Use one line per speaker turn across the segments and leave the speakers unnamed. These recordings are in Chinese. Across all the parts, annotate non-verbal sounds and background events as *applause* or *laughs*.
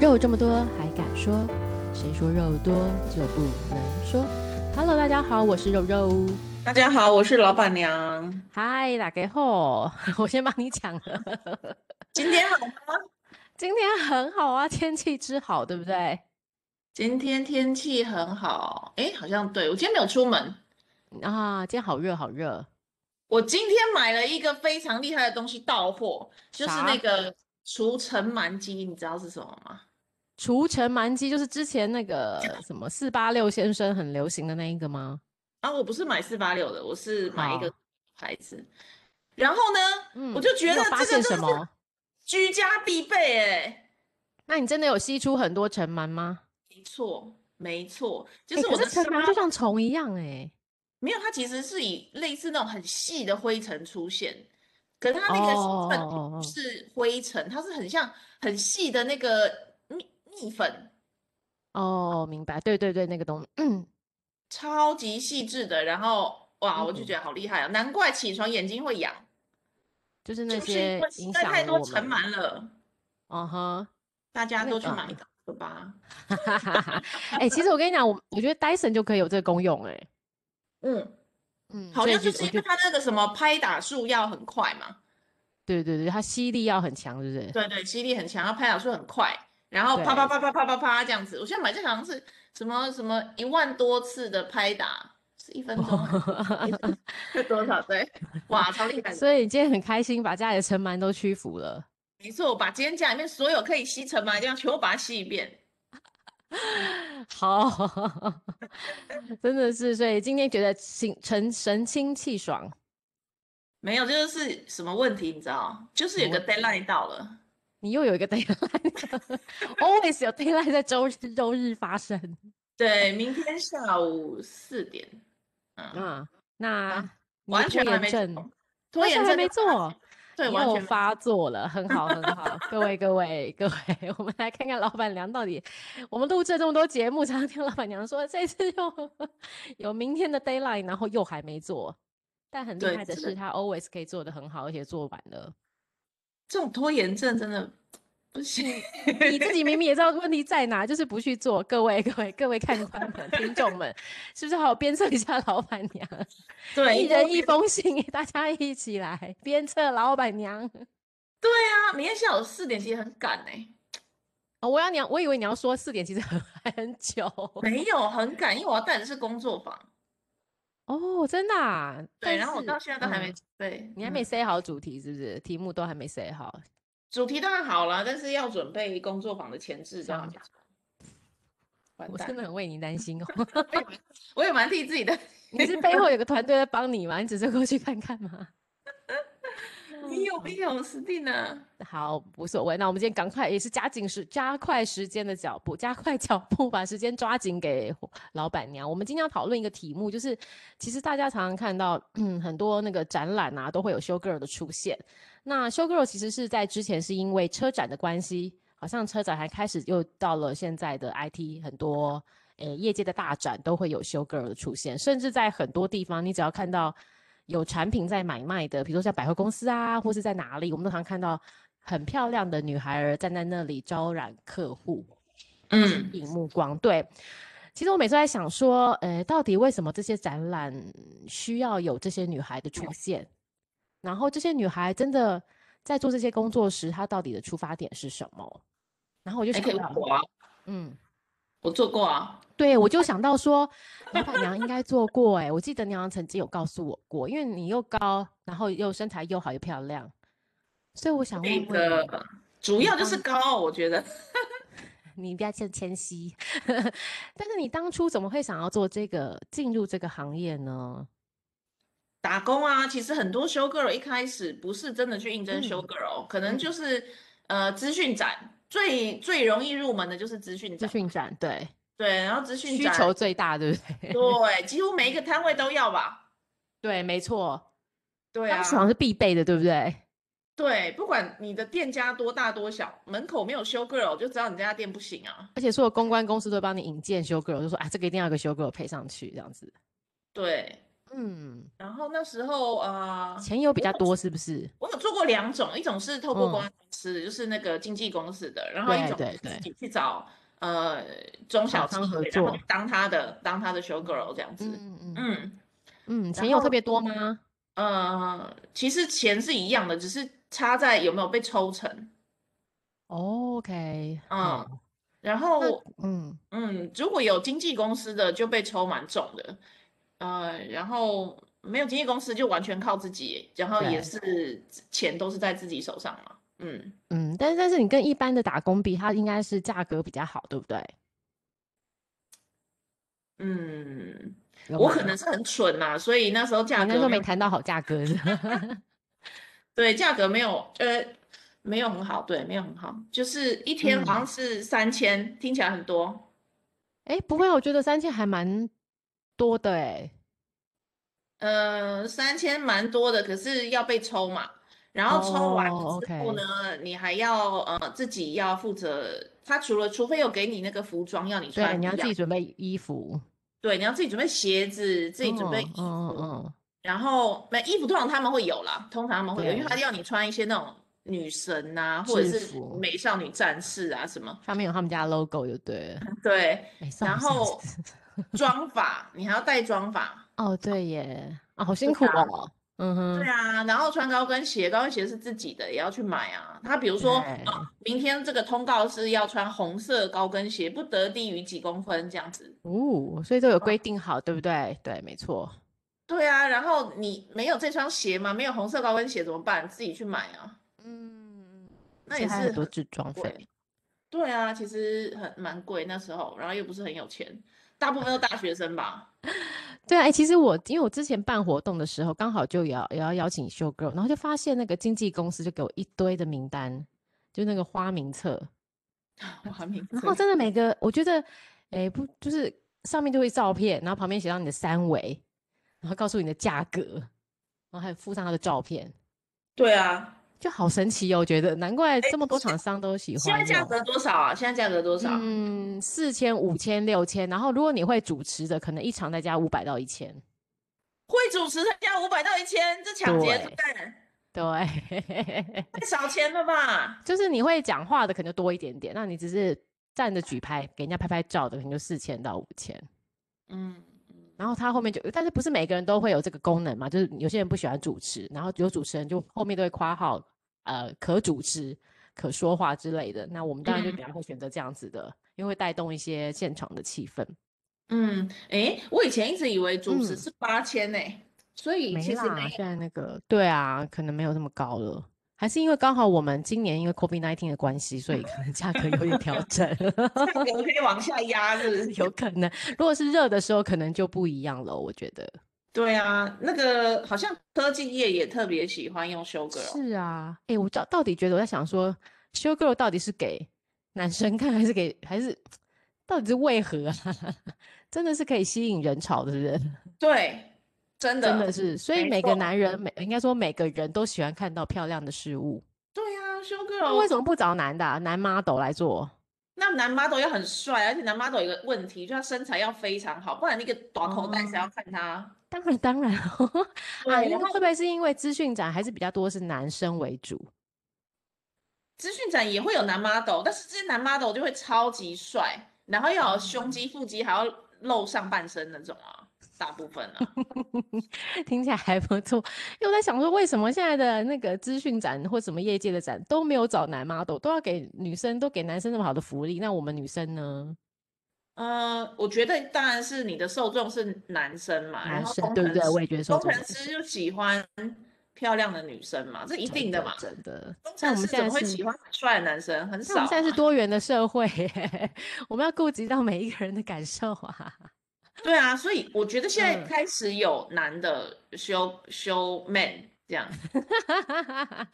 肉这么多还敢说？谁说肉多就不能说？Hello，大家好，我是肉肉。
大家好，我是老板娘。
嗨，打给后， *laughs* 我先帮你抢 *laughs* 了。
今天好吗？
今天很好啊，天气之好，对不对？
今天天气很好。哎，好像对我今天没有出门。
啊，今天好热，好热。
我今天买了一个非常厉害的东西到货，就是那个除尘螨机，你知道是什么吗？
除尘螨机就是之前那 *laughs* 个什么四八六先生很流行的那一个吗？
啊，我不是买四八六的，我是买一个
好
牌子。然后呢，
嗯
我就觉
你
得
有发
这个
现
真
什
的是
么？
居家必备哎、
那你真的有吸出很多尘螨吗？
没错，没错，就
诶
是
哎可
我的
是尘
沙
螨就像虫一样哎、
没有，它其实是以类似那种很细的灰尘出现，可是它那个粉
哦哦哦哦
不是灰尘，它是很像很细的那个蜜蜜粉，
*laughs* 哦，明白，对对对，那个东，嗯，
超级细致的。然后哇，我就
嗯
觉得好厉害啊，难怪起床眼睛会痒，
就是那
就是因
些
为实
影
在
响
太
了
多
我
尘
们。
螨了。
嗯哼，
*laughs* 大家
那
都去
个嗯
买一个吧。嗯
哈哈哈哈！哎，其实我跟你讲，我我觉得 Dyson 就可以有这个功用哎、
嗯，
嗯，
好
所以
像就
就是我
因为
就
它那个什么拍打数要很快嘛，
对对对，它吸力要很强，是不是？
对对，吸力很强，要拍打出很快，然后啪啪啪啪啪啪啪这样子。我现在买这好像是什么什么一万多次的拍打，是一分钟还是
*laughs*
是 *laughs* 多少？对，哇，超厉害的！
所以你今天很开心，把家里的尘螨都驱服了。
没错，我把今天家里面所有可以吸尘螨的地方全部把它吸一遍。
好， *laughs* 真的是，所以今天觉得心神神清气爽。
没有，这就是什么问题，你知道？就是有
什么
个 deadline 到了，
你又有一个 *laughs* deadline，always 有 deadline 在周日周日发生
对，明天下午四点，嗯，
啊。那你的
完全
拖
还
延
没
症
做，，拖
完全
延
还没
症就发
做
现，对，完
又
全没
发作了，很好，很好。各位，各位，各位， *laughs* 我们来看看老板娘到底，我们录制了这么多节目，常常听老板娘说这次又 *laughs* 有明天的 d a y l i n e 然后又还没做。但很厉
对
害的
真的
是，她 always 可以做得很好，而且做完了。
这种拖延症真的不行。
你自己明明也知道问题在哪，就是不去做。各位，各位，各位看
*laughs*
官们、听众们，是不是好好鞭策一下老板娘？
对，
一
因为
人一封信，大家一起来鞭策老板娘。
对啊，明天下午四点其实很赶哎、
哦，我要你要，我以为你要说四点，其实 *laughs* 很还很久。
没有很赶，因为我要带的是工作坊，
哦，真的啊？
对，
但
然后我
是
到现在都还没
嗯，
对，
你还没
嗯
say 好主题是不是？题目都还没 say 好，
主题当然好了，但是要准备工作坊的前置这样
想
子，完
我
蛋
真的
了，
很为你担
*laughs*
心哦。
我也蛮我也蛮替自己的，
你是背后有个团队在帮你吗？你只是过去看看吗？嗯
你有没有死定了？
好，无所谓。那我们今天赶快也是加紧时，加快时间的脚步，加快脚步，把时间抓紧给老板娘。我们今天要讨论一个题目，就是其实大家常常看到，嗯，很多那个展览啊，都会有 show girl 的出现。那 show girl 其实是在之前是因为车展的关系，好像车展还开始又到了现在的 IT 很多。诶，呃业界的大展都会有 show girl 的出现，甚至在很多地方，你只要看到有产品在买卖的，比如说像百货公司啊，或是在哪里，我们都常看到很漂亮的女孩儿站在那里招揽客户，
嗯，
引目光。对，其实我每次在想说，呃，到底为什么这些展览需要有这些女孩的出现？然后这些女孩真的在做这些工作时，她到底的出发点是什么？然后我就
还
想
可以问
到，
我啊，
嗯。
我做过啊，
对，我就想到说，老板娘应该做过哎、我记得你好像曾经有告诉我过，因为你又高，然后又身材又好又漂亮，所以哦我嗯想
那
问问你，
个主要就是高，我觉得。
你不要欠谦虚， *laughs* 但是你当初怎么会想要做这个进入这个行业呢？
打工啊，其实很多 show girl 一开始不是真的去应征 show
嗯
girl，、可能
嗯
就是呃资讯展最最容易入门的就是资讯
资
展，
讯展对，
对，然后资讯
需
展
求最大，对不对？
对，几乎每一个摊位都要吧，
*laughs* 对，没错，
对
当
啊，
时好像是必备的，对不对？
对，不管你的店家多大多小，门口没有 show girl 就知道你这家店不行啊，
而且所有公关公司都会帮你引荐修 girl，就说啊，这个一定要有个修 girl 配上去，这样子。
对，
嗯，
然后那时候啊、呃
钱有比
我
较
有
多是不是？
我有做过两种，一种是透过公
嗯
关公司，就是那个经纪公司的，然后一
对
种
对
是
对
自己去找呃中小
厂商
企
合
业，然后
作
去当他的当他的 show girl 这样子。
嗯嗯嗯
嗯，
嗯，钱
然
有特
后
别多吗？
呃，其实钱是一样的，只是差在有没有被抽成。
OK，
嗯
好，
然
哦那
后，
嗯，
嗯，如果有经纪公司的就被抽蛮重的，呃，然后没有经纪公司就完全靠自己，然后也
对
是钱都是在自己手上嘛。嗯，
嗯，但是但是你跟一般的打工比，它应该是价格比较好，对不对？
嗯，
有
我
吗哦
可能是很蠢呐、所以那时候价
应该
格
说
没
没
有，
谈到好价格是吧
*laughs* 对，价格没有，呃，没有很好，对，没有很好，就是一天
嗯
好像是三千，听起来很多，
哎，不会啊，我觉得三千还蛮多的哎。
呃，三千蛮多的，可是要被抽嘛，然后抽完
哦
之后
，OK，
呢，你还要呃自己要负责，他除了除非有给你那个服装要你
对，
穿
你
一
要自
样，
己准备衣服。
对，你要自己准备鞋子，自己准备
嗯嗯
衣
嗯
服，
嗯，
然后没衣服通常他们会有啦，通常他们会有，因为他
对，
要你穿一些那种女神呐、或者
制
是
服
美少女战士啊什么，
上面有他们家 logo 就对了。
对，
美少
嗯然
女战士。
后妆发你还要带妆发，
*laughs* 哦，对耶，啊，好辛
对
苦
啊。
哦。嗯
对
哼，
啊，然后穿高跟鞋，高跟鞋是自己的，也要去买啊。他比如说，哦，
对，
明天这个通告是要穿红色高跟鞋，不得低于几公分这样子。
哦，所以都有
嗯，
规定好，对不对？对，没错。
对啊，然后你没有这双鞋吗？没有红色高跟鞋怎么办？自己去买啊，
嗯，
那
所以
也
还
是
很多
很
置装费。
贵。对啊，其实很蛮贵那时候，然后又不是很有钱，大部分都大学生吧。
对啊，哎，其实我因为我之前办活动的时候，刚好就也要也要邀请 show girl，然后就发现那个经纪公司就给我一堆的名单，就那个花名册，
我还没
然
这
后真的每个我觉得，哎，不就是上面就会照片，然后旁边写上你的三围，然后告诉你的价格，然后还附上他的照片，
对啊，
就好神奇哦，我觉得难怪
哎，
这么多
现
厂商都喜
现在
欢
价
用。
格多少啊？现在价格多少？
嗯，四千、五千、六千，然后如果你会主持的，可能一场再加五百到一千。
会主持才加五百到一千，这抢劫对不
对
对？
对，
太少钱了吧？
就是你会讲话的可能就多一点点，那你只是站着举牌给人家拍拍照的，可能就四千到五千。
嗯
然后他后面就，但是不是每个人都会有这个功能嘛？就是有些人不喜欢主持，然后有主持人就后面都会括号，呃，可主持、可说话之类的。那我们当然就比
嗯
较会选择这样子的，因为会带动一些现场的气氛。
嗯，诶，我以前一直以为主持
嗯，
是八千呢，所以
没
其实没
啊啦，现在那个，对啊，可能没有这么高了。还是因为刚好我们今年因为 COVID-19 的关系，所以可能价格有点调整，
价格可以往下压，是不是？
*laughs* 有可能。如果是热的时候，可能就不一样了。我觉得
对啊，那个好像科技业也特别喜欢用修 girl 哦。
是啊，诶，我到到底觉得我在想说，show girl 到底是给男生看，还是给还是到底是为何啊？ *laughs* 真的是可以吸引人潮的人，
对，真
真的
的，
是。所以
没
每个
错。
男人，每应该说每个人都喜欢看到漂亮的事物。
对啊，修
那为
girl
什么不找男的啊男 model 来做？
那男 model 要很帅，而且男 model 有个问题，就他身材要非常好，不然那个短口袋谁
哦，
要看他？
当然当然哦，啊，
对，
那
然
会不
后
会是因为资讯展还是比较多是男生为主？
资讯展也会有男 model，但是这些男 model 就会超级帅，然后要有胸肌、腹肌，还要露上半身那种啊，大部分
*laughs*
啊。
听起来还不错。因为我在想说，为什么现在的那个资讯展或什么业界的展都没有找男 model，都要给女生，都给男生那么好的福利，那我们女生呢？
呃，我觉得当然是你的受众是男生嘛，啊然
男
后
生
工
对不
程
对？
师，
我也觉得受
工
众
程
男
师
生，
就喜欢漂亮的女生嘛，这一
真
定的
的
嘛。
真的。
工
但我
程
们
师
现
怎
在
么会
是，
喜欢很帅的男生？很
但我们
少
现在是
啊。
多元的社会耶，我们要顾及到每一个人的感受啊。
对啊，所以我觉得现在
嗯。
开始有男的修修 man
*laughs*
这样，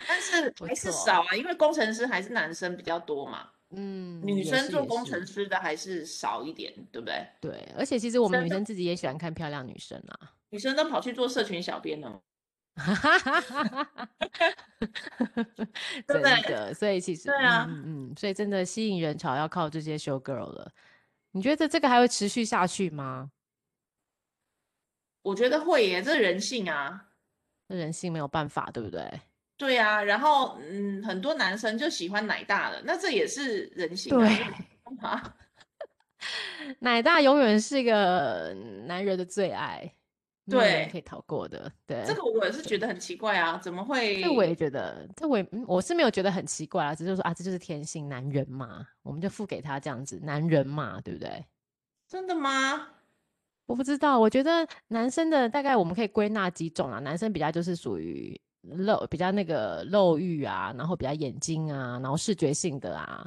但是
不
还是
错，
少啊，因为工程师还是男生比较多嘛。
嗯，
女
也
生
是
做
也
工程
是，
师的还是少一点，对不对？
对，而且其实
女
我们
生
女
都
生自己也喜欢看漂亮女生啊，
女生都跑去做社群小编了，对不
真
对？
的，所以其实，
对
嗯
啊，
嗯嗯，所以真的吸引人潮要靠这些 show girl 了。你觉得这个还会持续下去吗？
我觉得会耶，这人性啊，
这人性没有办法，对不对？
对啊，然后嗯，很多男生就喜欢奶大的，那这也是人性、
对
啊。对啊，
*laughs* 奶大永远是一个男人的最爱，没有人
对
可以逃过的。对，
这个我也是觉得很奇怪啊，怎么会？
这我也觉得，这我也、嗯、我是没有觉得很奇怪啊，只是说啊，这就是天性，男人嘛，我们就付给他这样子，男人嘛，对不对？
真的吗？
我不知道，我觉得男生的大概我们可以归纳几种啊，男生比较就是属于肉比较那个肉欲啊，然后比较眼睛啊，然后视觉性的啊，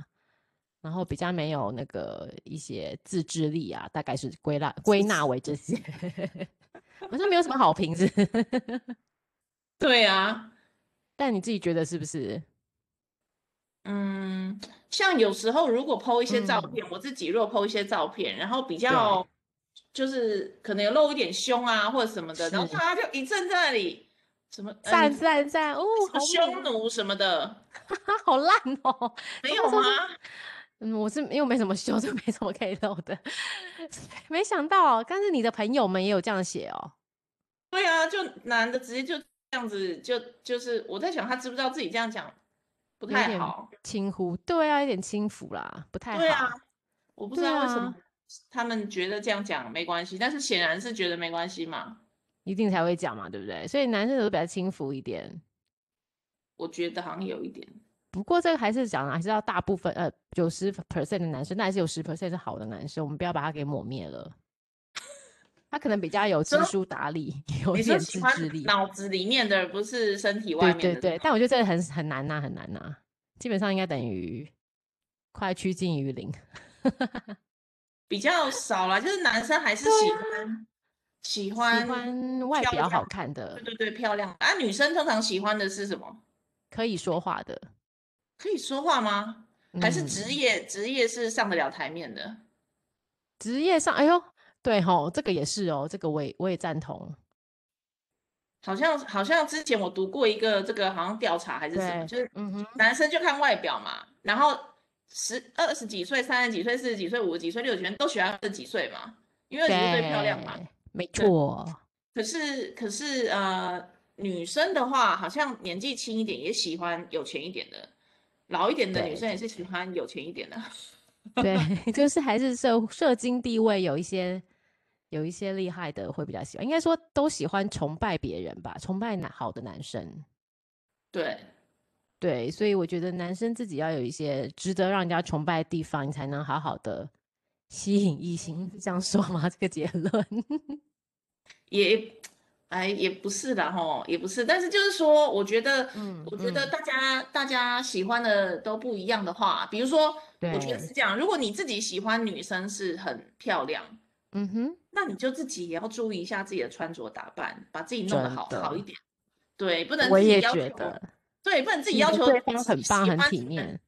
然后比较没有那个一些自制力啊，大概是归纳归纳为这些， *laughs* 好像没有什么好评是，
对啊，
*laughs* 但你自己觉得是不是？
嗯，像有时候如果 PO 一些照
嗯
片，我自己如果 PO 一些照片，然后比较就是可能有露一点胸啊或者什么的，然后
是
他就一阵在那里什么嗯
赞赞赞哦，
什么
好
匈
美
奴什么的，
啊，好烂哦！
没
这
有
么说
吗
是？嗯，我是因为没什么修，就没什么可以漏的。 *laughs* 没想到，哦但是你的朋友们也有这样写哦。
对啊，就男的直接就这样子，就就是我在想他知不知道自己这样讲不
有
太
点
好，
轻忽，对啊，有点轻浮啦，不太好。
对啊，我不知
对
道为什
啊
么他们觉得这样讲没关系，但是显然是觉得没关系嘛，
一定才会讲嘛，对不对？所以男生都比较轻浮一点。
我觉得好像有一点。
不过这个还是讲啊，还是要大部分呃九十 percent 的男生，但还是有十 percent 是好的男生，我们不要把他给抹灭了。他可能比较有知
说
书达理，有
你
一
是
点
喜
自
欢
制力。
脑子里面的，不是身体
对
外面
对
的。
对，但我觉得这个很很难呐、很难呐、基本上应该等于快趋近于零。
比较少啦，就是男生还是喜欢、喜欢
啊喜欢外
漂
表好
亮
看的
对、对对漂亮的啊。女生通常喜欢的是什么？
可以说话的，
可以说话吗？还是
嗯
职业？职业是上得了台面的。
职业上，哎呦，对吼，这个也是哦，这个我也我也赞同。
好像好像之前我读过一个这个好像调查还是什么，
对
就是
嗯哼，
男生就看外表嘛，然后十二十几岁、三十几岁、四十几岁、五十几岁、六十几岁都喜欢二十几岁嘛，因为二十几岁漂亮嘛。
对，没
对
错，
可是可是呃，女生的话好像年纪轻一点也喜欢有钱一点的，老一点的女
对
生也是喜欢有钱一点的。 *laughs*
对，就是还是社社经地位有一些有一些厉害的会比较喜欢，应该说都喜欢崇拜别人吧，崇拜男好的男生。
对，
对，所以我觉得男生自己要有一些值得让人家崇拜的地方，你才能好好的吸引异性，是这样说吗？这个结论
也哎也不是啦吼，也不是，但是就是说，我觉得，
嗯
我觉得大家、大家喜欢的都不一样的话，比如说，我觉得是这样，如果你自己喜欢女生是很漂亮。
嗯哼，
那你就自己也要注意一下自己的穿着打扮，把自己弄得
真
好
的
好一点。对，不能
我
自己
也
要
觉
求
得
对，不能自己
你
要
的
求
对方很
喜
棒，很
欢
体
什么
面。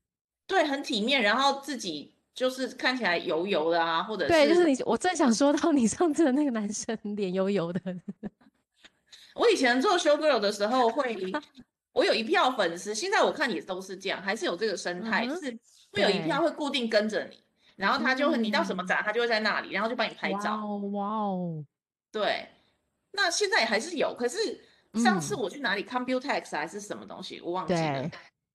对，很体面，然后自己就是看起来油油的啊，或者
对，就是你，我正想说到你上次的那个男生 *laughs* 脸油油的，
我以前做 show girl 的时候会，我有一票粉丝，现在我看也都是这样，还是有这个生态，就
嗯哼
是会有一票会固定跟着你，然后他就会你到什么
嗯
展，他就会在那里，然后就帮你拍
哇
照。
哦哇哦，
对，那现在也还是有，可是上次
嗯
我去哪里 Computex 还是什么东西，我忘记了
对。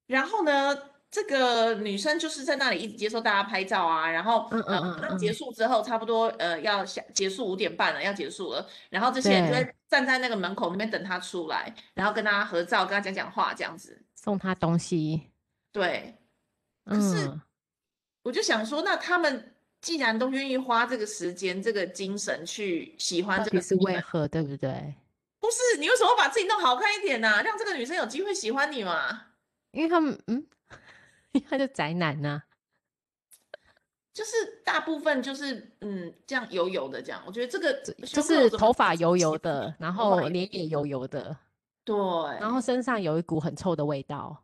然后呢，这个女生就是在那里一直接受大家拍照啊，然后
嗯
呃，
嗯嗯
到结
嗯
束之后差不多呃要下结束五点半了，要结束了，然后这些人就会
对
站在那个门口那边等她出来，然后跟她合照，跟她讲讲话这样子。
送他东西，
对，可是啊
嗯，
我就想说，那他们既然都愿意花这个时间、这个精神去喜欢
到
这
底
个
是
女
为
生
何，对不对？
不是，你为什么不把自己弄好看一点呢、让这个女生有机会喜欢你嘛？
因为他们，嗯，因为他就宅男呐、
就是大部分就是嗯，这样油油的这样，我觉得这个
就
修复
是
怎么
头
可
发
能
油
喜
油
欢
的，然
头发
后
油
脸也油油的，
对，
然后身上有一股很臭的味道。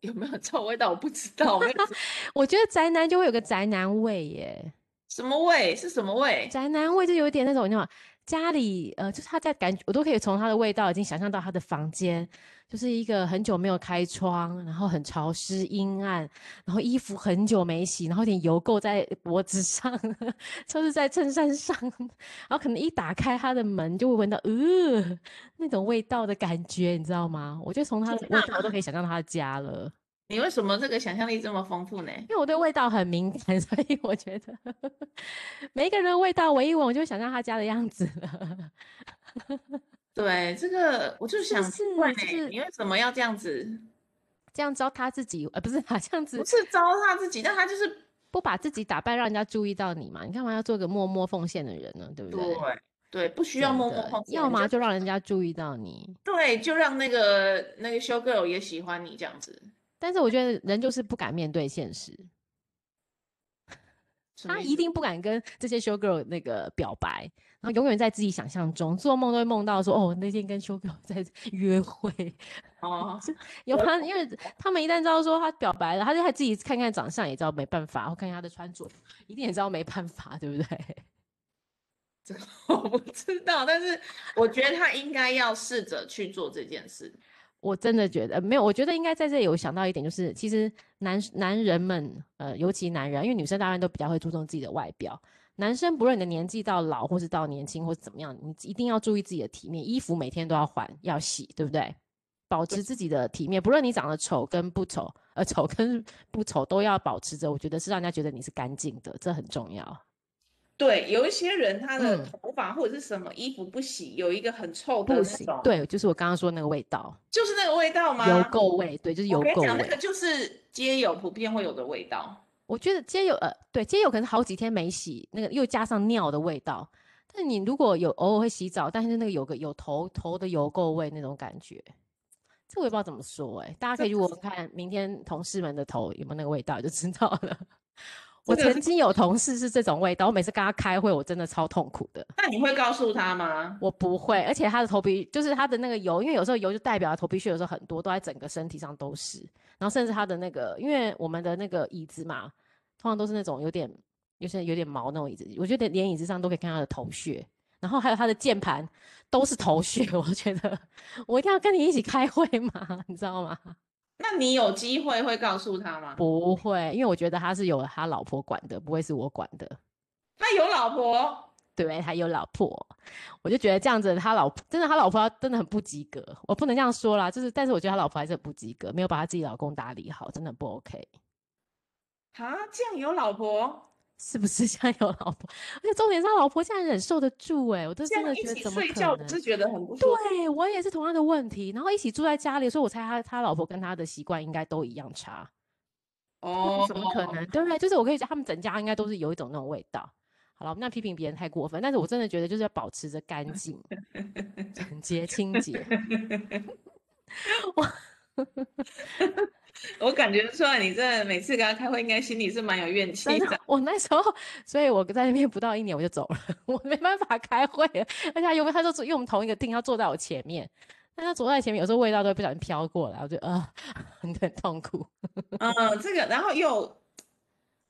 有没有臭味道我不知道，我 *laughs* 没有吃
我觉得宅男就会有个宅男味耶，
什么味是什么味？
宅男味就有点那种你知道吗家里呃，就是他在感觉，我都可以从他的味道已经想象到他的房间，就是一个很久没有开窗，然后很潮湿阴暗，然后衣服很久没洗，然后有点油垢在脖子上， *laughs* 就是在衬衫上， *laughs* 然后可能一打开他的门就会闻到呃那种味道的感觉，你知道吗？我就从他的味道我都可以想象他的家了。
你为什么这个想象力这么丰富呢？
因为我对味道很敏感， *laughs* 所以我觉得每一个人的味道闻一闻，我就想象他家的样子了。 *laughs*
对，这个我就想
是
问
就
呢
是
你为什么要这样子？
这样糟蹋自己，呃，不是 *laughs* 啊，这样子
不是糟蹋自己，但他就是
不把自己打扮，让人家注意到你嘛？你干嘛要做个默默奉献的人呢？对不对？
对对，不需
真
要默默
的
奉献，
要
你
么就让人家注意到你。
对，就让那个那个 show girl 也喜欢你这样子。
但是我觉得人就是不敢面对现实，
什么
他
意
一
思
定不敢跟这些 show girl 那个表白，然后永远在自己想象中，做梦都会梦到说，哦，那天跟 show girl 在约会，
哦，
有他，因为他们一旦知道说他表白了，他就他自己看看长相也知道没办法，然后看看他的穿着，一定也知道没办法，对不对？ *laughs*
我不知道，但是我觉得他应该要试着去做这件事。
我真的觉得没有，我觉得应该在这里有想到一点，就是其实男男人们，呃，尤其男人，因为女生当然都比较会注重自己的外表，男生不论你的年纪到老，或是到年轻，或是怎么样，你一定要注意自己的体面，衣服每天都要换，要洗，对不对？保持自己的体面，不论你长得丑跟不丑，呃，丑跟 *laughs* 不丑都要保持着，我觉得是让人家觉得你是干净的，这很重要。
对，有一些人他的
嗯
头发或者是什么衣服不洗，有一个很臭的
不
那
行，
种，，
对，就是我刚刚说那个味道，
就是那个味道吗？
油垢味，对，就是油
我跟你
垢
讲，那
味
个。就是街友普遍会有的味道。
我觉得街友呃，对，街友可能好几天没洗，那个又加上尿的味道。但你如果有偶尔会洗澡，但是那个有个有头头的油垢味那种感觉，这我也不知道怎么说哎、大家
这
可以去
不
闻闻看明天同事们的头有没有那个味道就知道了。我
这个
曾经有同事是这种味道，我每次跟他开会，我真的超痛苦的。
那你会告诉他吗？
我不会，而且他的头皮就是他的那个油，因为有时候油就代表他头皮屑，有时候很多都在整个身体上都是，然后甚至他的那个，因为我们的那个椅子嘛，通常都是那种有点有些有点毛那种椅子，我觉得连椅子上都可以看他的头屑，然后还有他的键盘都是头屑， *laughs* 我觉得我一定要跟你一起开会嘛，你知道吗？ *laughs*
那你有机会会告诉他吗？
不会，因为我觉得他是有他老婆管的，不会是我管的。
他有老婆，
对，还有老婆，我就觉得这样子，他老婆真的，他老婆真的很不及格，我不能这样说啦，就是，但是我觉得他老婆还是很不及格，没有把他自己老公打理好，真的很不 OK， *laughs*
啊，这样有老婆，
是不是？现在有老婆， *laughs* 而且重点是他老婆竟然忍受得住、欸，哎，我都
这
真
样
的
一
觉得
起
怎么
睡
可
觉，
能
我？是觉得很不舒服。
对啊我也是同样的问题，然后一起住在家里，所以我猜他他老婆跟他的习惯应该都一样差。
哦，
怎么可能？对不对？就是我可以讲，他们整家应该都是有一种那种味道。好了，我们那批评别人太过分，但是我真的觉得就是要保持着干
*laughs*
净、整洁、清洁。
我感觉出来，你这每次跟他开会，应该心里是蛮有怨气
真的
的。，
我那时候，所以我在那边不到一年我就走了， *laughs* 我没办法开会了，而且他又他就坐因为我们同一个厅，他坐在我前面，但他坐在前面，有时候味道都会不小心飘过来，我就呃 *laughs* 很很痛苦。
嗯，这个，然后又，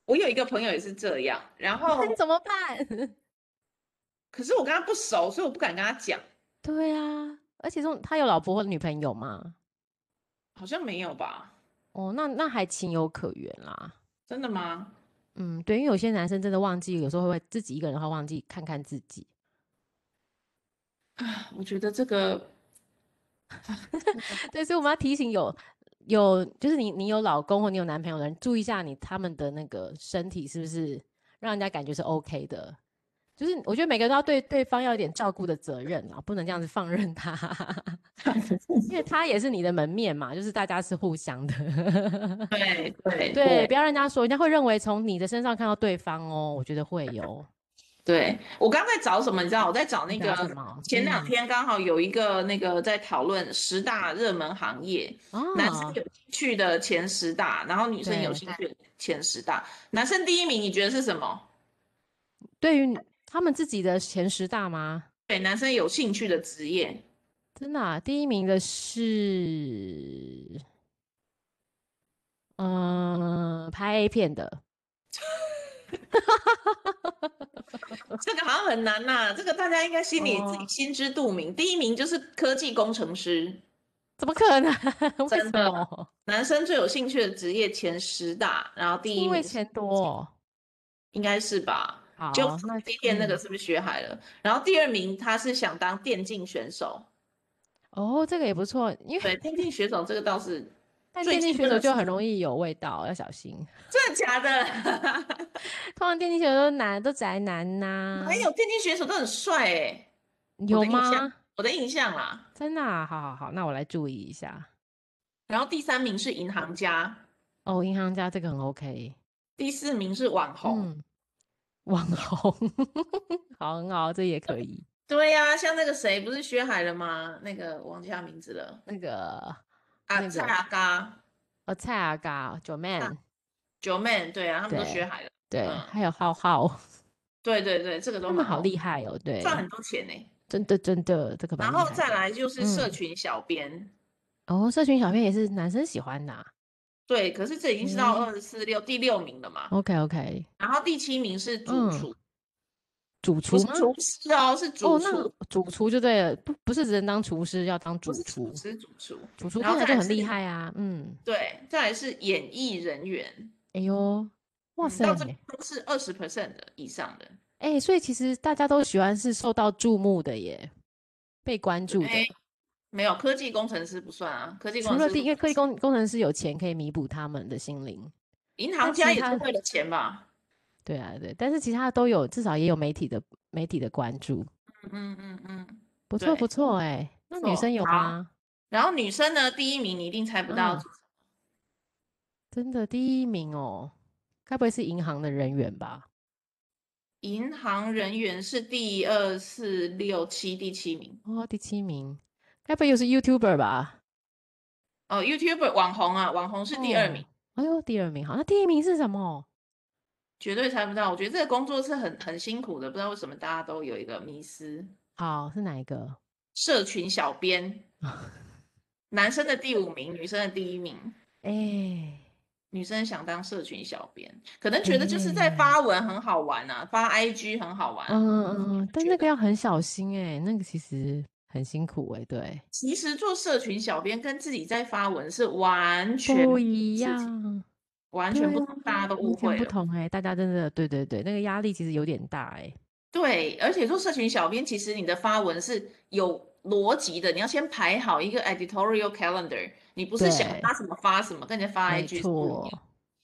我有一个朋友也是这样，然后
*laughs* 那你怎么办？ *laughs*
可是我跟他不熟，所以我不敢跟他讲，
对啊，而且这种他有老婆或女朋友吗？
好像没有吧？
哦，那那还情有可原啦。
真的吗？
嗯，对，因为有些男生真的忘记，有时候会自己一个人的话忘记看看自己。
啊，我觉得
*laughs*
这个
对，所以我们要提醒有有，就是你你有老公或你有男朋友的人，注意一下你他们的那个身体是不是让人家感觉是 OK 的。就是我觉得每个人都要对对方要有点照顾的责任啊，不能这样子放任他，因为他也是你的门面嘛，就是大家是互相的。
对对
对，
对
不要让人家说，人家会认为从你的身上看到对方哦，我觉得会有。
对，我刚在找什么？你知道我在找那
你在找
个
什么
前两
嗯
天刚好有一个那个在讨论十大热门行业，男生
啊，
有兴趣的前十大，然后女生有
对
兴趣的前十大。男生第一名你觉得是什么？
对于他们自己的前十大吗？
对，男生有兴趣的职业，
真的啊，第一名的是，呃嗯、拍 A 片的，
这个好像很难呐、这个大家应该心里自己
哦
心知肚明。第一名就是科技工程师，
怎么可能？ *laughs* 为什
真的
么？
男生最有兴趣的职业前十大，然后第一
因为
名
钱多。哦
应该是吧？
好，
就
那
第一天那个
嗯
是不是学海了？然后第二名他是想当电竞选手，
哦，这个也不错，因为
对，电竞选手这个倒是
但
最
电竞
近
选
真
手
的
就是很容易有味道，要小心。
真的假的？ *laughs*
通常电竞选手都男都宅男呐、
还有电竞选手都很帅哎、
有
的印象
吗？
我的印象啦。
真的、啊？好好好，那我来注意一下。
然后第三名是银行家，
哦，银行家这个很 OK。
第四名是网红。
嗯，网红， *laughs* 好，很好，这也可以。
对呀、像那个谁不是薛海了吗？那个我忘记他名字了
那个那
啊，
个
蔡阿嘎、
哦，蔡阿嘎、九 man，
九妹，对啊，他们都薛
对
海了。
对，
嗯
还有浩浩，
对对对，这个都
他们
蛮
好厉害哦，对，
赚很多钱呢、
真的真的，这个蛮
然
厉
后
害
再
的
来就是社
嗯
群小编，
哦，社群小编也是男生喜欢的啊、
对，可是这已经是到
嗯
二十四六第六名了嘛。
OK OK，
然后第七名是主
嗯
厨，
主
不
厨
是
吗？
厨师哦，是主
哦，
厨，
那主厨就对了，不不是只能当厨师，要当
不
主
是
厨
厨。师，主厨。
主厨
然
看起来
后再
就
来
很厉
是
害啊，嗯，
对，再来是演艺人员，
哎呦，哇
嗯
塞，
到这边都是二十 percent 的以上的。
哎，所以其实大家都喜欢是受到注目的耶，被关注的。
哎没有科技工程师不算啊，科技
除
工
了
程师
第因为科技
工，
工工程师有钱可以弥补他们的心灵，
银
但
行
其
家也
他
是为了钱吧？
对啊对，但是其他都有，至少也有媒体的媒体的关注，
嗯嗯嗯嗯。
不错不
对
错哎。那女
错
生有
好
吗？
然后女生呢，第一名你一定猜不到
嗯，真的第一名哦，该不会是银行的人员吧？
银行人员是第二四六七第七名
哦，第七名，该不会又是 YouTuber 吧？
哦，YouTuber 网红啊，网红是第二名，
哦。哎呦，第二名好，那第一名是什么？
绝对猜不到。我觉得这个工作是很很辛苦的，不知道为什么大家都有一个迷思。
好，是哪一个？
社群小
*laughs*
编，男生的第五名，女生的第一名。
哎、
女生想当社群小编，可能觉得就是在发文很好玩啊，发 IG 很好玩。
哎
啊
嗯嗯嗯，但
觉
那
得
个要很小心哎、那个其实很辛苦哎、对，
其实做社群小编跟自己在发文是完全
不一
事情
样，
完全不
对
同，大家
啊
都
完
误
全
会
不
了。
同哎、大家真的对对对，那个压力其实有点大哎、
对，而且做社群小编，其实你的发文是有逻辑的，你要先排好一个 editorial calendar，你不是想
对
发什么发什么，跟人家发
没
IG 是不一
错
样。，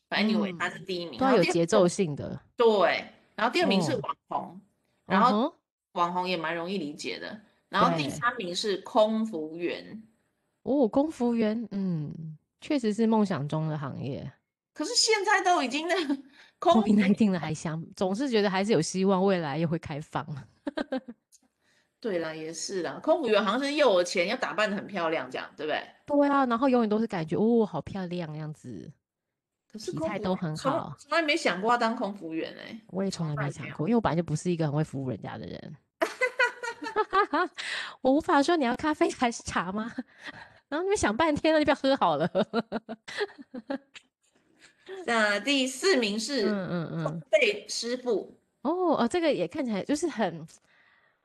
反正 anyway，他
嗯
是第一名，
都
然
要有
后第二
节
名
奏性的。
对，然后第二名是
哦
网红，然后
嗯哼
网红也蛮容易理解的。然后第
对
三名是空服员，
哦，空服员，嗯，确实是梦想中的行业。
可是现在都已经那
*laughs*
个空服
COVID
员
19了还想，总是觉得还是有希望，未来又会开放。
对啦，也是啦，空服员好像是又有钱，要打扮的很漂亮，这样对不对？
对啊，然后永远都是感觉哦，好漂亮样子。
可是
体
空
态
服
都
员
很
从
好
从来没想过要当空服员哎、
我也从来
来
没
没
想
有
过，因为我本来就不是一个很会服务人家的
*laughs*
人。我无法说你要咖啡还是茶吗？ *laughs* 然后你们想半天，那就不要喝好了。
那第四名
嗯
是
嗯嗯，
被师傅，
哦哦，这个也看起来就是很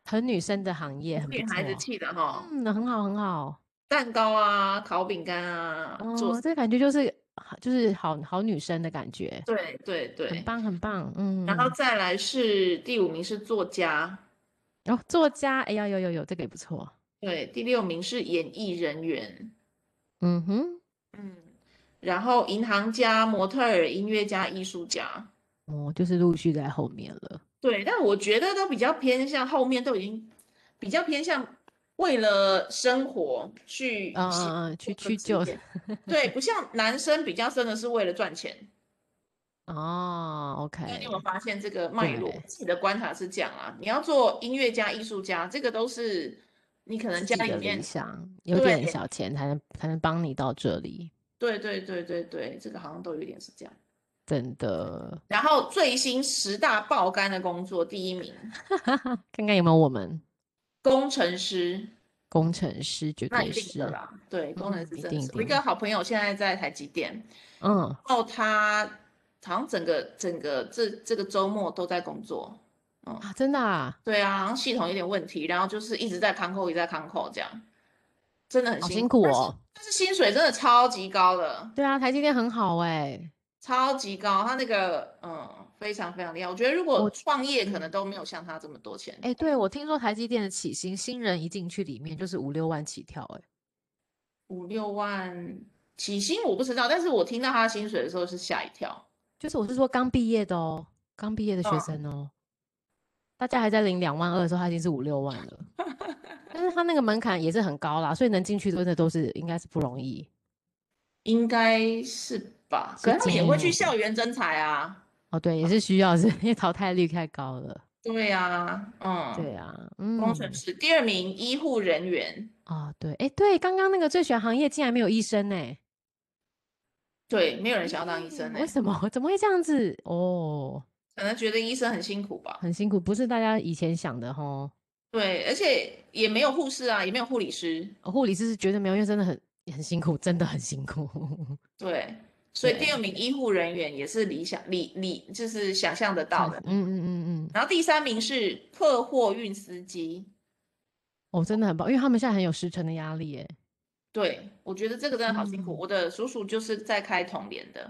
很女生的行业，很不
女孩子
错。
气的哈，
嗯，很好很好。
蛋糕啊，烤饼干啊，做
哦，这感觉就是就是好好女生的感觉，
对对
很
对，
棒很棒。嗯，
然后再来是第五名是作家，
哦，作家，哎呀，有有有，这个也不错。
对，第六名是演艺人员，
嗯哼，
嗯，然后银行家、模特儿、音乐家、艺术家，
哦，就是陆续在后面了。
对，但我觉得都比较偏向后面都已经比较偏向为了生活去
嗯
写
嗯嗯，去
作
去
的职
救。
业
*laughs*
对，不像男生比较真的是为了赚钱。
哦，OK，
那你有没有发现这个脉络
对？
自己的观察是这样啊，你要做音乐家、艺术家，这个都是你可能
自
家
己
里
的
面
理想，有
对
点小钱才能才能帮你到这里，
对对对对对，这个好像都有一点是这样。
真的。
然后最新十大爆肝的工作第一名，
看看有没有我们
工程师，
工程师，绝
那
对
一定
是
的，啦。对，工程
嗯
师
一
真的
定
是。
一
我一
定
个好朋友现在在台积电，
嗯，
然后他好像整个整个这这个周末都在工作，嗯，
啊，真的啊，
对啊，好像系统有点问题，然后就是一直在康扣，一直在康扣，这样真的很
好
辛
辛苦
但是
哦。
但是薪水真的超级高的，
对啊，台积电很好哎、
超级高，他那个嗯，非常非常厉害。我觉得如果
我
创业，可能都没有像他这么多钱。
哎、对我听说台积电的起薪，新人一进去里面就是五六万起跳哎、
五六万起薪我不知道，但是我听到他的薪水的时候是吓一跳。
就是我是说刚毕业的哦，刚毕业的学
嗯
生哦，大家还在领两万二的时候，他已经是五六万
*laughs*
了，但是他那个门槛也是很高啦，所以能进去真的都是应该是不容易。
应该是吧？
是
可能他们也
精
会
英
去
哦
校园征才啊。
哦，对，也是需要，是因为淘汰率太高了。
对啊，嗯，
对啊，
工程
嗯，
师第二名医护人员，
哦，对，哎，对，刚刚那个最选行业竟然没有医生呢、欸
对，没有人想要当医生欸呢、
为什么？ *laughs* 怎么会这样子？哦，
可能觉得医生很辛苦吧。
很辛苦，不是大家以前想的吼。
对，而且也没有护士啊，也没有护理师。
哦护理师是绝对没有，因为真的很很辛苦，真的很辛苦。
对，所以第
对
二名医护人员也是理想理理就是想象得 *laughs* 到
嗯
的。
嗯嗯嗯，
然后第三名是客货运司机。
哦，真的很棒，因为他们现在很有时辰的压力耶。
对，我觉得这个真的好辛苦。
嗯
我的叔叔就是在开统联的，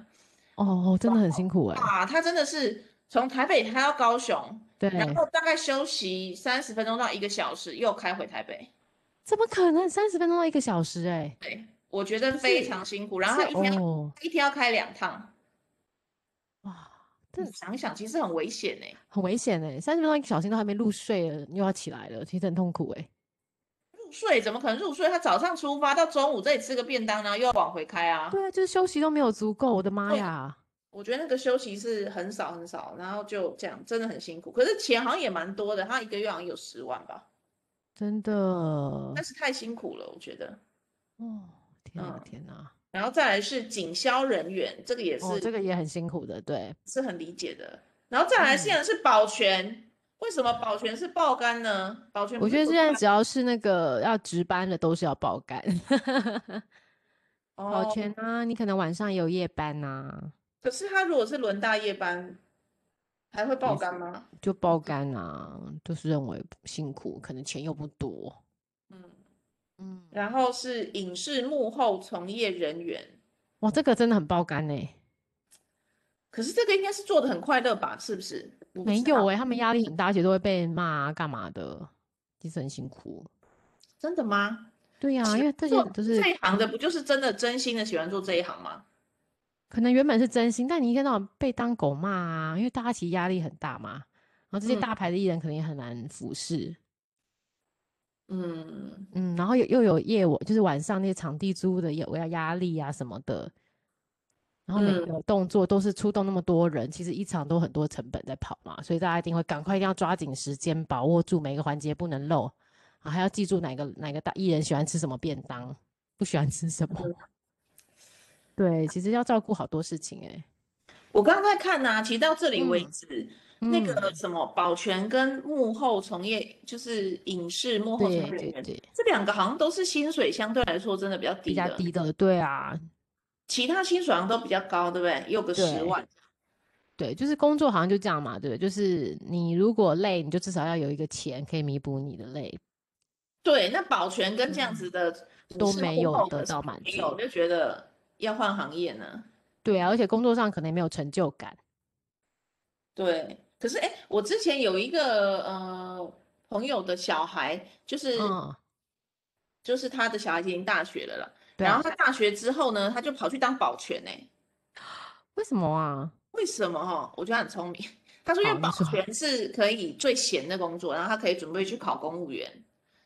哦哦，真的很辛苦哎。
啊，他真的是从台北开到高雄，
对，
然后大概休息三十分钟到一个小时，又开回台北。
怎么可能三十分钟到一个小时哎？
对，我觉得
不
非
是
常辛苦。然后
是
他一天要、
哦，
一天要开两趟，
哇，这
你想一想，其实很危险呢、欸
很危险哎，三十分钟到一个小时都还没入睡了，又要起来了，其实很痛苦哎。
入睡怎么可能入睡？他早上出发到中午这里吃个便当，然后又要往回开啊。
对啊，就是休息都没有足够，我的妈
对
呀！
我觉得那个休息是很少很少，然后就这样，真的很辛苦。可是钱好像也蛮多的，他一个月好像有十万吧，
真的，哦
但，是太辛苦了，我觉得。
天哪
嗯
天哪，
然后再来是警消人员，这个也是、
哦，这个也很辛苦的，对，
是很理解的。然后再来，
嗯
竟然是保全，为什么保全是爆肝呢？保全
我
不是
觉得
不
现在
干
只要是那个要值班的，都是要爆肝， *laughs* 保
哦，
全啊，你可能晚上也有夜班啊呐，
可是他如果是轮大夜班，还会爆
也
肝
是
吗？
就爆肝啊，就是认为辛苦，可能钱又不多，
嗯，
嗯，
然后是影视幕后从业人员，
哇，这个真的很爆肝呢、
可是这个应该是做的很快乐吧？是不是？啊我不
没
知
有
道，
哎、他们压力很大，而且都会被骂啊，干嘛的，其实很辛苦。
真的吗？
对呀、啊因为这些
做
都是
这一行的，不就是真的真心的喜欢做这一行吗？
可能原本是真心，但你一天到晚被当狗骂啊，因为大家其实压力很大嘛。然后这些
嗯
大牌的艺人可能也很难服侍，
嗯，
嗯，然后又又有夜晚，就是晚上那些场地租的有要压力啊什么的，然后每
嗯
个动作都是出动那么多人，其实一场都很多成本在跑嘛，所以大家一定会赶快，一定要抓紧时间，把握住每个环节不能漏，啊，还要记住哪个哪个大艺人喜欢吃什么便当，不喜欢吃什么，
嗯
对，其实要照顾好多事情哎、
我刚刚在看呐、其实到这里为
嗯
止，那
嗯，
个什么保全跟幕后从业，就是影视幕后从业
对
人
对
员，
对，
这两个好像都是薪水相对来说真的比较
比
低
较
的，
低的，对啊，
其他薪水好像都比较高，对不对？也有个十
对
万，
对，就是工作好像就这样嘛，对不对？就是你如果累，你就至少要有一个钱可以弥补你的累，
对，那保全跟这样子的
嗯
影
都
视
没
幕
有
后
得
的是
到满
没有，
足。
就觉得要换行业呢。
对啊，而且工作上可能也没有成就感。
对，可是哎，我之前有一个呃朋友的小孩，就是
嗯，
就是他的小孩已经大学了啦，
对
然
啊
后，他大学之后呢，他就跑去当保全呢、
为什么啊？
为什么哈？我觉得他很聪明。他说，因为
好，哦你
保
说。
全是可以最闲的工作，然后他可以准备去考公务员，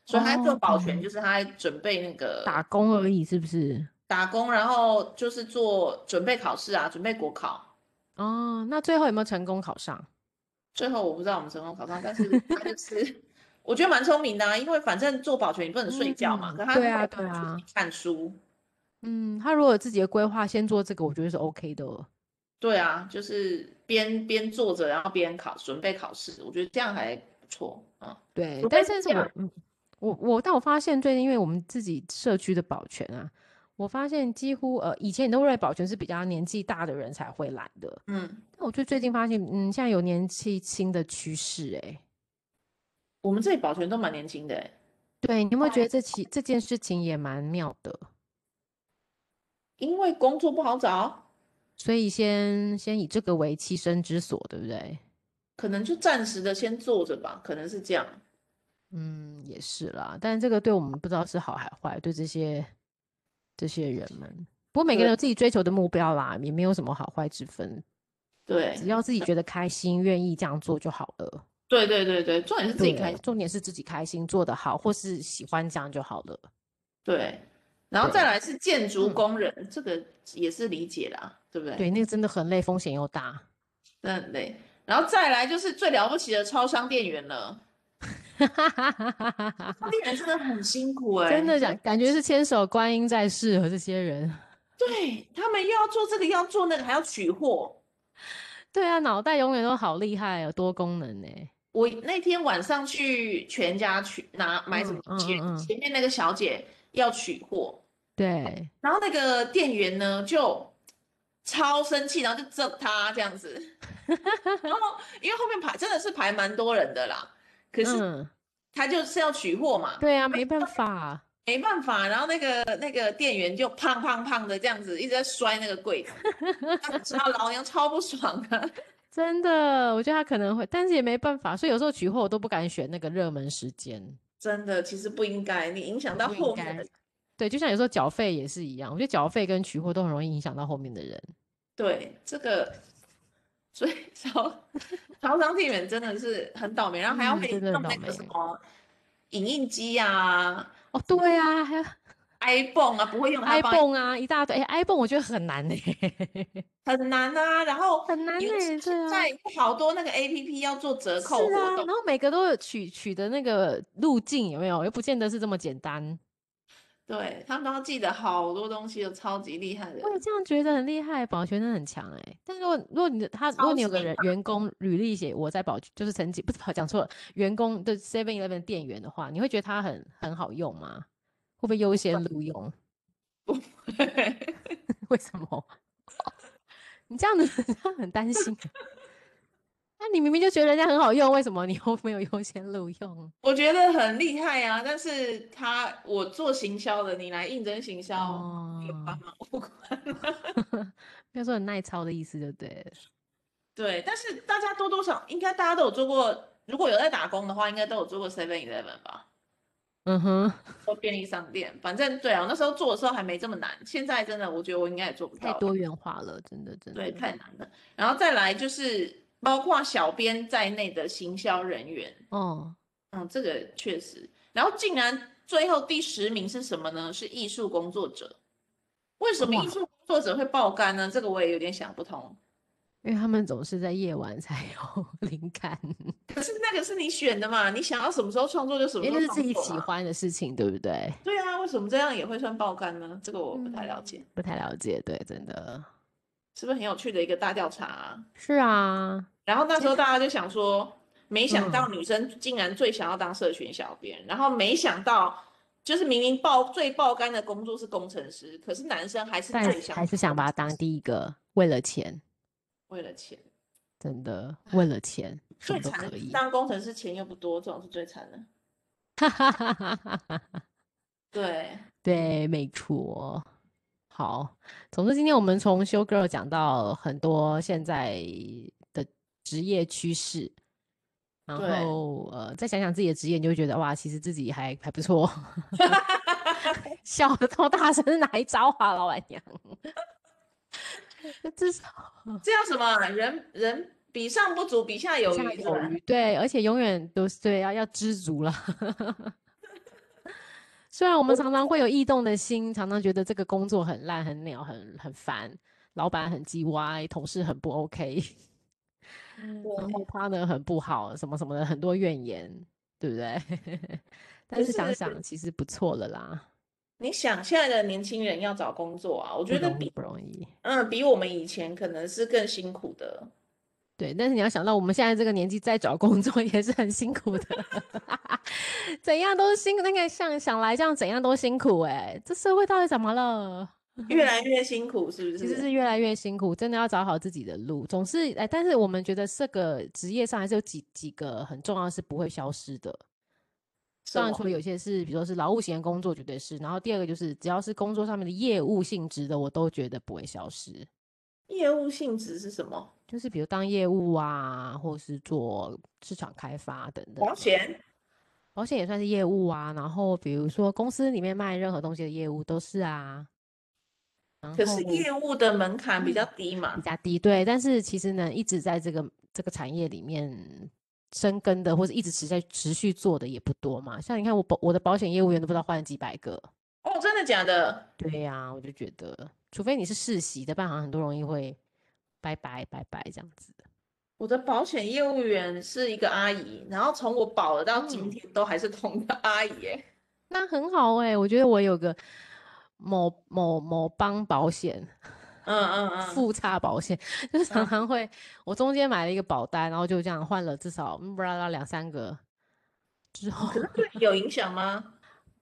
所以他在做
哦
保全就是他在准备那个
打工而已，是不是？
打工，然后就是做准备考试啊，准备国考。
哦，那最后有没有成功考上？
最后我不知道我们成功考上，但是他就是 *laughs* 我觉得蛮聪明的啊，因为反正做保全你不能睡觉嘛，
嗯
可他
对
还
啊
可
对
以出
啊
去看书。
嗯，他如果有自己的规划，先做这个，我觉得是 OK 的。哦
对啊，就是边边坐着，然后边考，准备考试，我觉得这样还不错啊。
对
除，
但
非
是
是
是
这
我
样
嗯我我，但我发现最近因为我们自己社区的保全啊，我发现几乎呃，以前你的未来保全是比较年纪大的人才会来的，
嗯，
但我就最近发现，嗯，现在有年纪轻的趋势、哎，
我们这里保全都蛮年轻的、欸，
对，你有没有觉得这起这件事情也蛮妙的？
因为工作不好找，
所以先先以这个为栖身之所，对不对？
可能就暂时的先坐着吧，可能是这样。
嗯，也是啦，但这个对我们不知道是好还坏，对这些这些人们。不过每个人
对
有自己追求的目标啦，也没有什么好坏之分，
对，
只要自己觉得开心，愿意这样做就好了。
对对对对，重点是自己开
对重点是自己开心，做得好，或是喜欢这样就好了。
对，然后
对
再来是建筑
嗯
工人，这个也是理解啦，对不对？
对，那个真的很累，风险又大。
真的很累。然后再来就是最了不起的超商店员
*laughs*
了，超商店员真的很辛苦哎、
真的讲，感觉是千手观音在世和这些人。
对他们又要做这个，又要做那个，还要取货。
对啊，脑袋永远都好厉害哦，多功能呢、
我那天晚上去全家取拿买什么
嗯嗯
东西，
嗯嗯
前面那个小姐要取货，
对，
然后那个店员呢就超生气，然后就揍他这样子。 *laughs* 然后因为后面排真的是排蛮多人的啦，可是
嗯，
他就是要取货嘛，
对啊，没办法，
没办法。然后那个那个店员就胖胖胖的这样子一直在摔那个
*laughs*
柜子，他知道老娘超不爽啊的。
真的，我觉得他可能会，但是也没办法，所以有时候取货我都不敢选那个热门时间。
真的，其实不应该，你影响到
哦不应
后面
该
的。
对，就像有时候缴费也是一样，我觉得缴费跟取货都很容易影响到后面的人。
对，这个，所以
*laughs*
超超商店员真的是很倒霉，然后还要
嗯
被
真的很
弄
倒
那个什
霉
么影印机啊、
哦，对啊，还有
iPhone 啊，不会用的还要帮你
iPhone 啊，一大堆。哎、i p h o n e 我觉得很难
*laughs*
呢、
很难啊。然后
很难
尤
呢、
其
对
现
啊。
在有好多那个 APP 要做折扣
是啊
活，
然
动，
后每个都有取取的那个路径有没有？又不见得是这么简单。
对他们都要记得好多东西，都超级厉害的。
我也这样觉得很厉害，保全真的很强哎、但如果如果你的他，如果
超
你有个
级
人员工履历写我在保，就是曾经不是讲错了，员工的 Seven Eleven 店员的话，你会觉得他很很好用吗？会不会优先录用？ *laughs* 为什么？ *laughs* 你这样子， *laughs* 你这样很担心欸。那你明明就觉得人家很好用，为什么你又没 *laughs* 有优先录用？
我觉得很厉害啊，但是他我做行销的，你来应征行销，有
哦
帮，忙我不管。
不要说很耐操的意思，就对了。
对，但是大家多多少应该大家都有做过，如果有在打工的话，应该都有做过 Seven Eleven 吧，
嗯哼，
或便利商店。反正对啊，我那时候做的时候还没这么难，现在真的我觉得我应该也做不
太
到了，
多元化了，真的真的。
对，太难了。然后再来就是包括小编在内的行销人员，
哦，
嗯，这个确实。然后竟然最后第十名是什么呢？是艺术工作者。为什么
哇
艺术工作者会爆肝呢？这个我也有点想不通。
因为他们总是在夜晚才 *laughs* 有灵感，
可是那个是你选的嘛，你想要什么时候创作就什么
因
时
为
候啊
是自
创
己
作
喜
嘛。
欢的事情，对不对？
对啊，为什么这样也会算爆肝呢？这个我不太了解，
不太了解，对，真的
是不是很有趣的一个大调查啊？
是啊，
然后那时候大家就想说，没想到
嗯
女生竟然最想要当社群小编，然后没想到就是明明爆最爆肝的工作是工程师，可是男生还是
但
最
是
想
还是想把它当第一个，为了钱，
为了钱，
真的为了钱，什
*laughs* 最
么都
惨的
可
就是
以。
当工程师钱又不多，这种是最惨的。对，
对，没错。好，总之今天我们从修 girl 讲到很多现在的职业趋势，然
对
后呃，再想想自己的职业，你就会觉得哇，其实自己还还不错。笑的这么大声是哪一招啊，老板娘？ *laughs* 至少
这叫什么啊？人人比上不足，比下有
下
余，是吧？
有余，对，而且永远都是对，要要知足了。 *laughs* 虽然我们常常会有异动的心，常常觉得这个工作很烂、很鸟、很很烦，老板很叽歪，同事很不 OK，然后 partner 很不好，什么什么的，很多怨言，对不对？ *laughs* 但
可
是想
是
想，其实不错了啦，
你想现在的年轻人要找工作啊，我
不
觉得
容易
比
不容易。
嗯比我们以前可能是更辛苦的。
*laughs* 对，但是你要想到我们现在这个年纪再找工作也是很辛苦的。 *laughs* 怎样都辛苦，那个像想来这样怎样都辛苦哎、这社会到底怎么了？
越来越辛苦，是不
其
是？
实是越来越辛苦，真的要找好自己的路。总是哎，但是我们觉得这个职业上还是有几几个很重要是不会消失的。
什
当然，
么
除了有些是，比如说是劳务型的工作，绝对是。然后第二个就是，只要是工作上面的业务性质的，我都觉得不会消失。
业务性质是什么？
就是比如当业务啊，或是做市场开发等等的。
保险？
保险也算是业务啊。然后比如说公司里面卖任何东西的业务都是啊。然
可是
后嗯
业务啊的门槛比较低嘛
比，较低，对。但是其实呢，一直在这个这个产业里面深耕的，或者一直持在持续做的也不多嘛。像你看我保我的保险业务员都不知道换了几百个。
哦，真的假的？
对呀、我就觉得，除非你是世袭的，不然好像很多容易会拜拜拜拜这样子。
我的保险业务员是一个阿姨，然后从我保了到今
嗯
天都还是同个阿姨耶。
那很好哎、我觉得我有个某某某邦保险。
嗯嗯嗯，
附差保险， *laughs* 就是常
嗯
常会，我中间买了一个保单，然后就这样换了至少嗯不知道两三个，之后
可是对你有影响吗？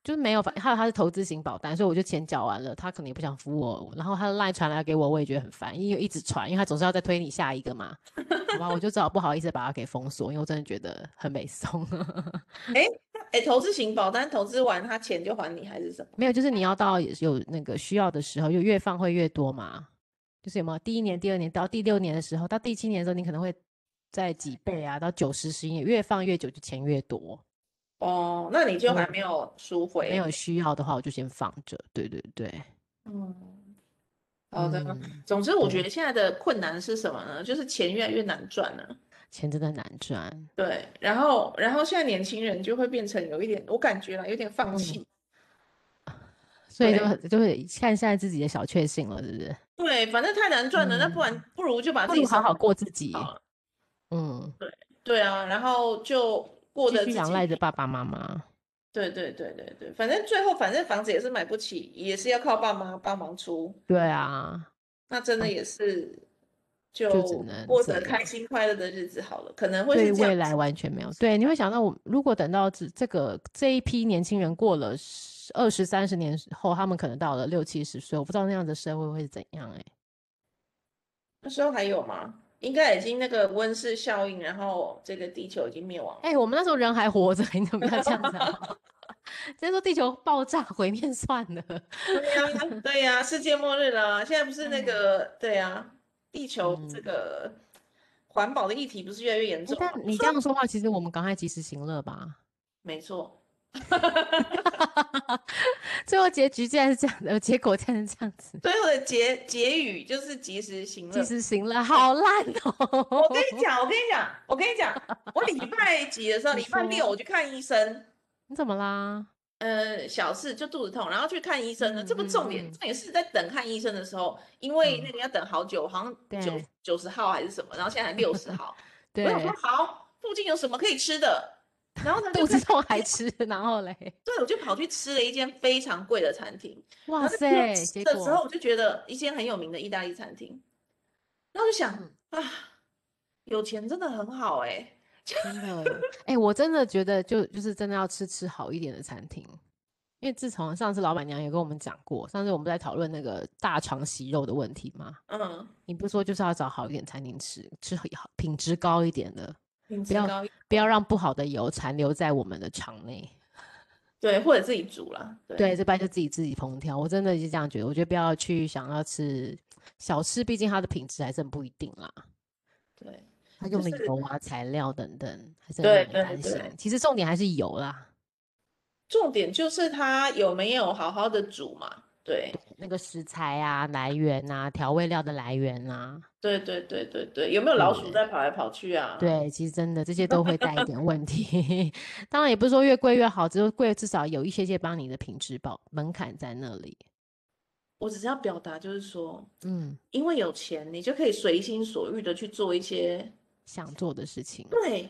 就是没有，反还有他是投资型保单，所以我就钱缴完了，他可能也不想付我，然后他的 line 传来给我，我也觉得很烦，因为一直传，因为他总是要再推你下一个嘛，好吧，我就只好不好意思把他给封锁，因为我真的觉得很没送。
哎，投资型保单投资完，他钱就还你还是什么？
没有，就是你要到有有那个需要的时候，就越放会越多嘛。就是有没有第一年、第二年到第六年的时候，到第七年的时候，你可能会在几倍啊，到九十、十一年，越放越久就钱越多。
哦，那你就还没有赎
嗯
回。
没有需要的话，我就先放着。对对对，
嗯，好的。
嗯
总之，我觉
对
得现在的困难是什么呢？就是钱越来越难赚了。
钱真的难赚。
对，然后，然后现在年轻人就会变成有一点，我感觉啦，有点放
嗯
弃。
所以就
对
很就会看现在自己的小确幸了，是不是？
对，反正太难赚了，那不然不如就把
嗯不
自己
如好
生
好
活
过自己，
好了。
嗯，
对啊，然后就过得
继续
自
仰
己
赖着爸爸妈妈。
对对对对对，反正最后反正房子也是买不起，也是要靠爸妈帮忙出，
对啊，
那真的也是就
嗯只能
过
这
着开
样
心快乐的日子好了，可能会
对
是这
未
样
来
子。
完全没有。对，你会想到我，如果等到这这个这一批年轻人过了十二十三十年后，他们可能到了六七十岁，我不知道那样的社会会是怎样哎、
那时候还有吗？应该已经那个温室效应，然后这个地球已经灭亡了。
哎、我们那时候人还活着， *laughs* 你怎么要这样子、啊？ *laughs* 直接说地球爆炸毁灭算
*laughs*
了。
对呀， *laughs* 对呀，世界末日了啊。现在不是那
嗯
个，对呀，地球这
嗯
个环保的议题不是越来越严
哎
重吗？
但你这样说话，其实我们赶快及时行乐吧。 *laughs*
没错，
最后结局竟然是这样的，结果竟然是这样子。
最后的结结语就是及时行
及
乐。
时行乐，好烂哦！ *laughs*
我跟你讲，我跟你讲，我跟你讲，我礼拜几的时候，
你
礼拜六
说
我去看医生，
你怎么啦？
呃，小事就肚子痛，然后去看医生呢，这不
嗯
重
嗯
点，
嗯
重点是在等看医生的时候，因为
嗯
那个要等好久，好像九
对
九十号还是什么，然后现在六十号，我
*laughs* 对，
想说好，附近有什么可以吃的，然后呢，
*laughs* 肚
就
子
看
痛还吃，然后嘞，
对，我就跑去吃了一间非常贵的餐厅。然
哇
后在边
塞，
吃
结
的时
果
候，我就觉得一间很有名的意大利餐厅，然后就想
嗯
啊，有钱真的很好哎、
真的，哎、我真的觉得就就是真的要吃吃好一点的餐厅，因为自从上次老板娘也跟我们讲过，上次我们在讨论那个大肠息肉的问题嘛，
嗯，
你不是说就是要找好一点餐厅吃，吃好品质高一点的，
品
要
质高一，
不要让不好的油残留在我们的肠内。
对，或者自己煮啦，
对，这半就自己自己烹调。我真的是这样觉得，我觉得不要去想要吃小吃，毕竟它的品质还是很不一定啦。
对
它
就
用的
是
油啊、材料等等，还是很
对
让人
对
担
对
心。其实重点还是油啦，
重点就是它有没有好好的煮嘛？对，
那个食材啊、来源啊、调味料的来源啊，
对对对对对，有没有老鼠
对
在跑来跑去啊？，
对，其实真的这些都会带一点问题。 *laughs* 当然也不是说越贵越好，只是贵至少有一些些帮你的品质保门槛在那里。
我只是要表达就是说，
嗯，
因为有钱，你就可以随心所欲的去做一些
想做的事情，
对，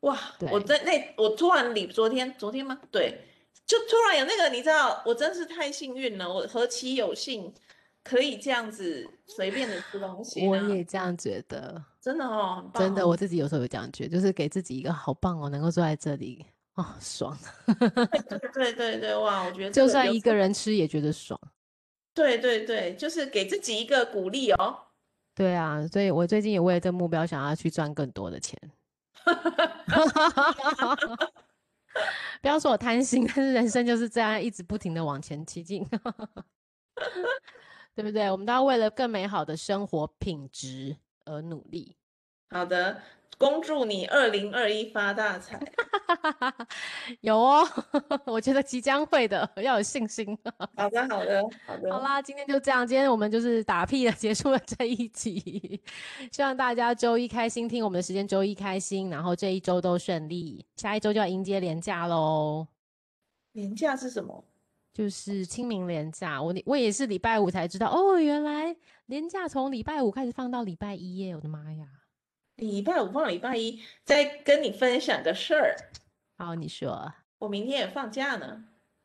哇！我
对
在那，我突然理昨天昨天吗？对，就突然有那个，你知道，我真是太幸运了，我何其有幸，可以这样子随便的吃东西
我
呢
也这样觉得。
真的哦，很
真的，
啊棒哦
我自己有时候有这样觉得，就是给自己一个好棒哦，能够坐在这里，啊、爽！
对对对对，哇，我觉得这
就
个
算
有
一
时候
个人吃也觉得爽。
对对对，就是给自己一个鼓励哦。
对啊，所以我最近也为了这个目标想要去赚更多的 *laughs* 钱。不要说我贪心，但是人生就是这样，一直不停的往前前进， *laughs* 对不对？我们都要为了更美好的生活品质而努力。
好的，恭祝你二零二一发
*laughs*
大财。
有哦， *laughs* 我觉得即将会的，要有信心。
好的，好的，好的。
好啦，今天就这样，今天我们就是打屁的结束了 *laughs* 这一集，希望大家周一开心，听我们的时间周一开心，然后这一周都顺利，下一周就要迎接连假喽，
年假是什么？
就是清明连假，我我也是礼拜五才知道，哦，原来连假从礼拜五开始放到礼拜一耶，我的妈呀！
礼拜五放礼拜一，再跟你分享个事儿。
好，你说
我明天也放假呢，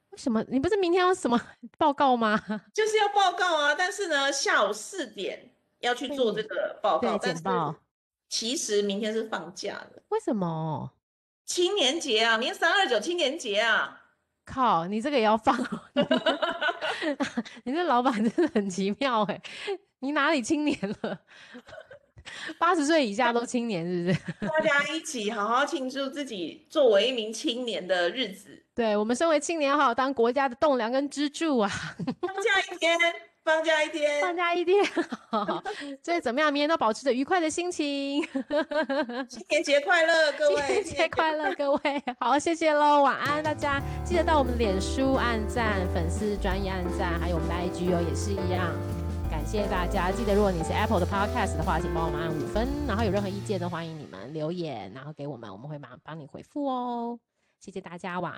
为什么？你不是明天要什么报告吗？
就是要报告啊。但是呢，下午四点要去做这
对
个报
对
告。
简报。
其实明天是放假的，
为什么？
青年节啊，明天三二九青年节啊。
靠，你 *laughs* 这个也要放哦？你这老板真的很奇妙哎、你哪里青年了？八十岁以下都青年是不是？ *laughs*
大家一起好好庆祝自己作为一名青年的日子。
对我们身为青年，好好当国家的栋梁跟支柱啊！
放假一天，放假一
放
天，
假一天， *laughs* 所以怎么样？明天都保持着愉快的心情，
新年节快乐，各
新
位！
年节快乐，各位！好，谢谢喽，晚安大家！记得到我们脸书按赞、粉丝专业按赞，还有我们的 IG 哦，也是一样。感谢大家！记得如果你是 Apple 的 Podcast 的话，请帮我们按五分，然后有任何意见都欢迎你们留言，然后给我们，我们会马上帮你回复哦。谢谢大家，晚安。